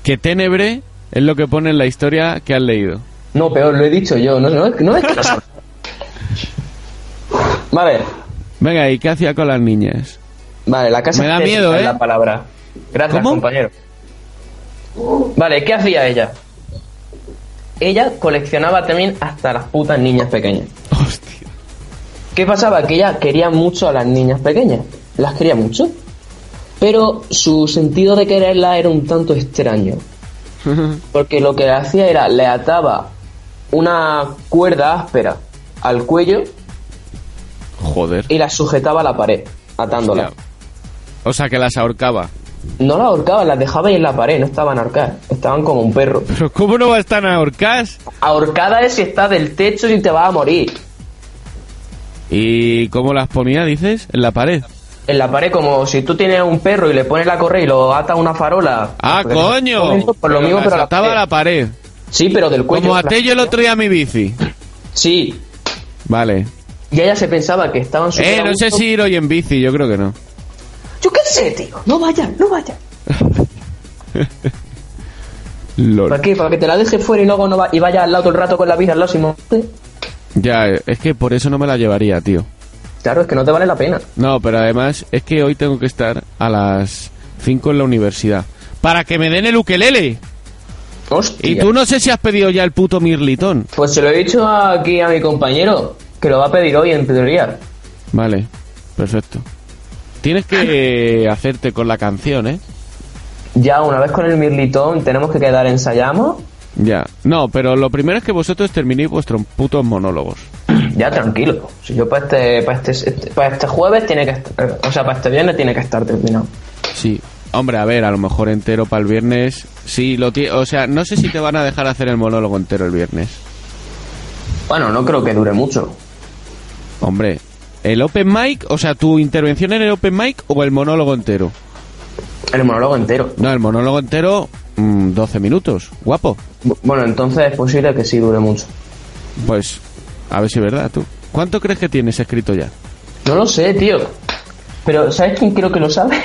S3: Que Tenebre es lo que pone en la historia que has leído.
S9: No, peor, lo he dicho yo. No, no, no es que lo sepas. Vale,
S3: Venga, ¿y qué hacía con las niñas?
S9: vale, la casa
S3: Me da
S9: es tétrica,
S3: miedo,
S9: es
S3: ¿eh?
S9: la palabra. Gracias,
S3: ¿Cómo?
S9: compañero. Vale, ¿qué hacía ella? Ella coleccionaba también hasta las putas niñas pequeñas.
S3: Hostia.
S9: ¿Qué pasaba? Que ella quería mucho a las niñas pequeñas. Las quería mucho. Pero su sentido de quererlas era un tanto extraño. Porque lo que hacía era le ataba una cuerda áspera al cuello
S3: Joder.
S9: y la sujetaba a la pared, atándola.
S3: Hostia. O sea, que las ahorcaba.
S9: No la ahorcaba, las dejaba ahí en la pared, no estaban ahorcadas, estaban como un perro.
S3: Pero ¿cómo no va a estar ahorcadas?
S9: Ahorcada es si está del techo y te vas a morir.
S3: ¿Y cómo las ponía, dices? En la pared.
S9: En la pared, como si tú tienes un perro y le pones la correa y lo atas a una farola.
S3: ¡Ah,
S9: Pues,
S3: coño!
S9: Por lo mismo,
S3: las
S9: pero a la
S3: ataba a
S9: pared.
S3: la pared.
S9: Sí, pero del cuello.
S3: Como até yo el otro día a mi bici.
S9: Sí.
S3: Vale.
S9: Y ella se pensaba que estaban súper
S3: Eh,
S9: a
S3: no sé
S9: gusto.
S3: si ir hoy en bici, yo creo que no.
S9: Yo qué sé, tío. No vaya, no vaya. ¿Para
S3: Lol.
S9: qué? Para que te la deje fuera y luego no va y vaya al lado todo el rato con la vida al lado eh, sin moverte.
S3: Ya, eh, es que por eso no me la llevaría, tío.
S9: Claro, es que no te vale la pena.
S3: No, pero además es que hoy tengo que estar a las 5 en la universidad. Para que me den el ukelele.
S9: Hostia.
S3: Y tú no sé si has pedido ya el puto mirlitón.
S9: Pues se lo he dicho aquí a mi compañero, que lo va a pedir hoy en teoría.
S3: Vale, perfecto. Tienes que eh, hacerte con la canción, ¿eh?
S9: Ya, una vez con el mirlitón, tenemos que quedar, ensayamos.
S3: Ya. No, pero lo primero es que vosotros terminéis vuestros putos monólogos.
S9: Ya, tranquilo. Si yo para este, para este, este- para este jueves tiene que estar, o sea, para este viernes tiene que estar terminado.
S3: Sí. Hombre, a ver, a lo mejor entero para el viernes. Sí, lo ti- O sea, no sé si te van a dejar hacer el monólogo entero el viernes.
S9: Bueno, no creo que dure mucho.
S3: Hombre, ¿El open mic? O sea, ¿tu intervención en el open mic o el monólogo entero?
S9: El monólogo entero.
S3: No, el monólogo entero, mm, 12 minutos. Guapo.
S9: Bu- Bueno, entonces es posible que sí dure mucho.
S3: Pues, a ver si es verdad, tú. ¿Cuánto crees que tienes escrito ya?
S9: No lo sé, tío. Pero, ¿sabes quién creo que lo sabe?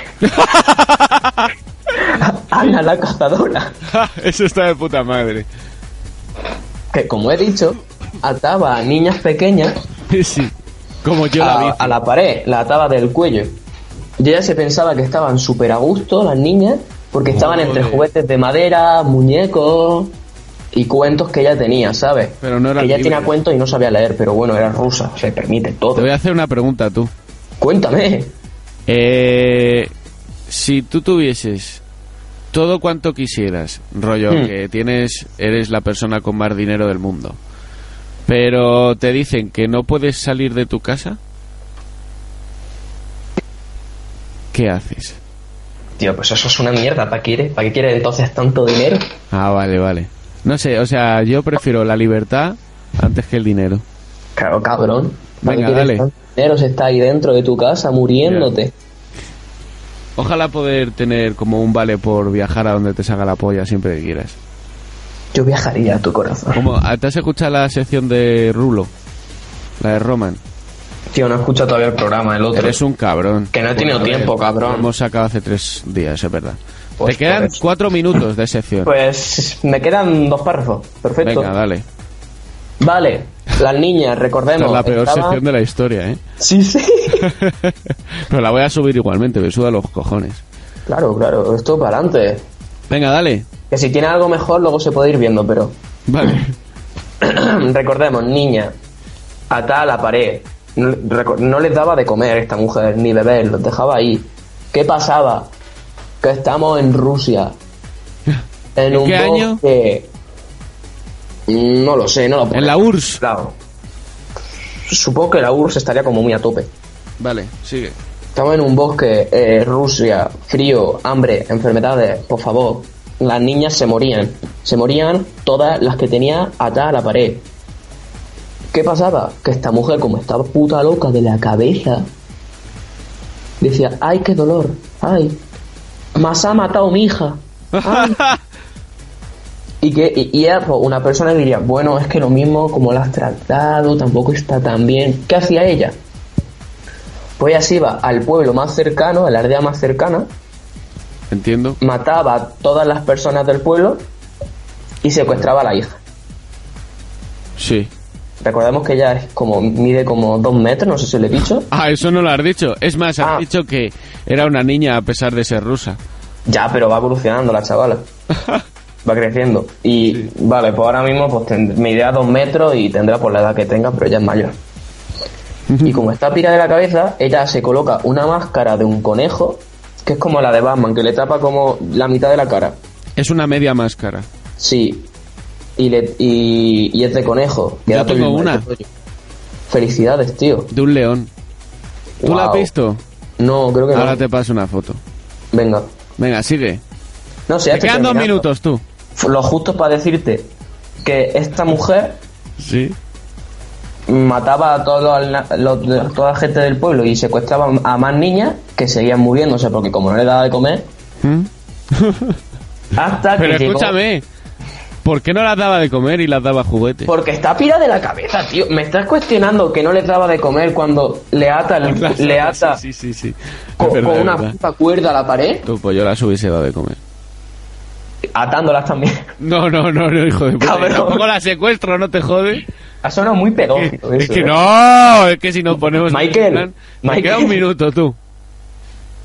S9: Ana la cazadora.
S3: Eso está de puta madre.
S9: Que, como he dicho, ataba a niñas pequeñas
S3: sí. Como yo la vi.
S9: a, a la pared, la ataba del cuello. Y ella se pensaba que estaban súper a gusto las niñas, porque estaban entre juguetes de madera, muñecos y cuentos que ella tenía, ¿sabes?
S3: Pero no eran
S9: que ella
S3: libres.
S9: tenía cuentos y no sabía leer, pero bueno, era rusa, se permite
S3: Te
S9: todo.
S3: voy a hacer una pregunta, tú.
S9: Cuéntame.
S3: Eh, si tú tuvieses todo cuanto quisieras, rollo
S9: Hmm.
S3: que tienes, eres la persona con más dinero del mundo, pero te dicen que no puedes salir de tu casa, ¿qué haces?
S9: Tío, pues eso es una mierda, ¿para qué, ¿para qué quieres entonces tanto dinero?
S3: Ah, vale, vale. No sé, o sea, yo prefiero la libertad antes que el dinero.
S9: Claro, cabrón. ¿Para
S3: Venga,
S9: qué quieres
S3: dale.
S9: tanto dinero si está ahí dentro de tu casa muriéndote?
S3: Ojalá poder tener como un vale por viajar a donde te salga la polla siempre que quieras.
S9: Yo viajaría a tu corazón.
S3: Como, ¿Te has escuchado la sección de Rulo? La de Roman.
S9: Tío, no escucha todavía el programa, el otro.
S3: Eres un cabrón.
S9: Que no he tenido
S3: Bueno, a ver,
S9: tiempo, cabrón.
S3: lo Hemos sacado hace tres días, es verdad.
S9: Pues
S3: Te quedan
S9: por eso.
S3: cuatro minutos de sección.
S9: Pues me quedan dos párrafos. Perfecto.
S3: Venga, dale.
S9: Vale, las niñas,
S3: Esta
S9: recordemos.
S3: es la peor
S9: estaban-
S3: sección de la historia, ¿eh?
S9: Sí, sí.
S3: Pero la voy a subir igualmente, me suda los cojones.
S9: claro, claro, esto para adelante.
S3: Venga, dale.
S9: Que si tiene algo mejor, luego se puede ir viendo, pero.
S3: Vale.
S9: recordemos, niña, atada a la pared. No, reco- no les daba de comer esta mujer, ni beber, los dejaba ahí. ¿Qué pasaba? Que estamos en Rusia. ¿En,
S3: ¿En
S9: un
S3: qué año?
S9: bosque. Mm, No lo sé, no lo puedo
S3: En la URSS.
S9: Claro. Supongo que la URSS estaría como muy a tope.
S3: Vale, sigue.
S9: Estamos en un bosque, eh, Rusia, frío, hambre, enfermedades, por favor. Las niñas se morían. Se morían todas las que tenía atadas a la pared. ¿Qué pasaba? Que esta mujer, como estaba puta loca de la cabeza, decía, ay, qué dolor, ay, más ha matado mi hija. ay". Y que y, y era, pues, una persona que diría, bueno, es que lo mismo como la has tratado, tampoco está tan bien. ¿Qué hacía ella? Pues así iba al pueblo más cercano, a la aldea más cercana,
S3: Entiendo.
S9: mataba a todas las personas del pueblo y secuestraba a la hija.
S3: Sí.
S9: Recordemos que ella es como mide como dos metros, no sé si lo he dicho.
S3: Ah, eso no lo has dicho. Es más, has
S9: Ah.
S3: dicho que era una niña a pesar de ser rusa.
S9: Ya, pero va evolucionando la chavala. Va creciendo. Y vale, pues ahora mismo pues tend- medirá dos metros y tendrá por la edad que tenga, pero ya es mayor. Y como está pira de la cabeza, ella se coloca una máscara de un conejo, que es como la de Batman, que le tapa como la mitad de la cara.
S3: Es una media máscara.
S9: Sí. Y, le, y, y es de conejo. que
S3: Yo
S9: da todo
S3: tengo
S9: el-
S3: una.
S9: Felicidades, tío.
S3: De un león. ¿Tú la has
S9: Wow.
S3: visto?
S9: No, creo que
S3: Ahora
S9: no.
S3: te paso una foto.
S9: Venga.
S3: Venga, sigue.
S9: No sé, ya
S3: Te
S9: estoy
S3: quedan dos
S9: terminando.
S3: minutos, tú.
S9: F- Lo justo para decirte que esta mujer
S3: Sí.
S9: mataba a todos los- los- toda la gente del pueblo y secuestraba a más niñas que seguían muriéndose porque como no le daba de comer hasta
S3: ¿Mm? Pero
S9: que llegó-
S3: escúchame, ¿por qué no las daba de comer y las daba juguetes?
S9: porque está pira de la cabeza tío me estás cuestionando que no le daba de comer cuando le ata el-
S3: Las-
S9: le ata
S3: Sí, sí, sí. sí.
S9: con,
S3: Es verdad,
S9: con
S3: es
S9: una
S3: verdad.
S9: puta cuerda a la pared
S3: Tú, pues yo las hubiese dado de comer.
S9: atándolas también.
S3: No, no, no, no, hijo de puta.
S9: Cabrón.
S3: Tampoco las secuestro, no te jode.
S9: Ha sonado muy pedófilo
S3: Es
S9: eso,
S3: que
S9: ¿eh?
S3: no, es que si nos ponemos.
S9: Michael,
S3: en plan- Te
S9: Michael.
S3: queda un minuto, tú.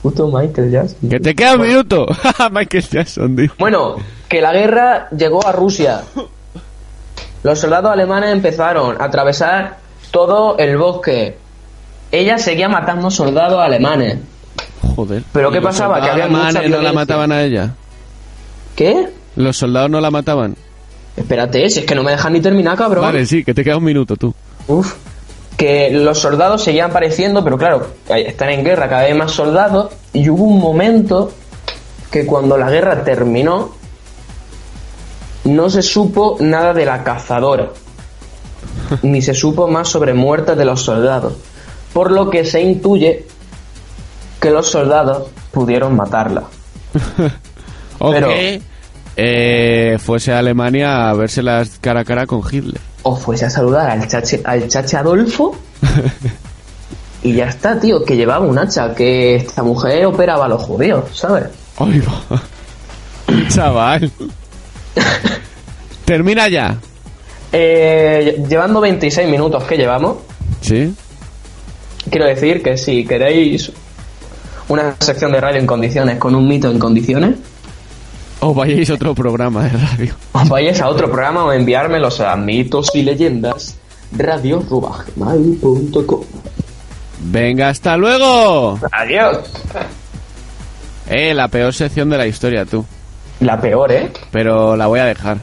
S9: Justo Michael Jackson.
S3: Que te queda un minuto. Michael Jackson, tío.
S9: Bueno, que la guerra llegó a Rusia. Los soldados alemanes empezaron a atravesar todo el bosque. Ella seguía matando soldados alemanes.
S3: Joder.
S9: Pero ¿qué
S3: ¿Y los
S9: pasaba? Que
S3: soldados
S9: había mucha
S3: alemanes no la
S9: violencia.
S3: mataban a ella.
S9: ¿Qué?
S3: Los soldados no la mataban.
S9: Espérate, si es que no me dejan ni terminar, cabrón.
S3: Vale, sí, que te queda un minuto, tú.
S9: Uf. Que los soldados seguían apareciendo, pero claro, están en guerra, cada vez más soldados. Y hubo un momento que cuando la guerra terminó, no se supo nada de la cazadora. ni se supo más sobre muertes de los soldados. por lo que se intuye que los soldados pudieron matarla.
S3: O
S9: Pero-
S3: que eh, fuese a Alemania a verse las cara a cara con Hitler.
S9: O fuese a saludar al chache, al chache Adolfo. y ya está, tío, que llevaba un hacha, que esta mujer operaba a los judíos, ¿sabes?
S3: ¡Ay, va! Chaval. Termina ya.
S9: Eh, llevando 26 minutos que llevamos,
S3: ¿Sí?
S9: quiero decir que si queréis una sección de radio en condiciones con un mito en condiciones,
S3: O vayáis a otro programa de radio.
S9: os vayáis a otro programa o enviármelos a mitos y leyendas radio.com.
S3: Venga, hasta luego.
S9: Adiós.
S3: Eh, la peor sección de la historia, tú.
S9: La peor, ¿eh?
S3: Pero la voy a dejar.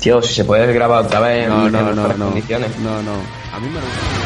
S9: Tío, si se puede grabar otra vez en-
S3: No,
S9: en
S3: no, no,
S9: mejores
S3: no.
S9: condiciones.
S3: No, no. A mí me lo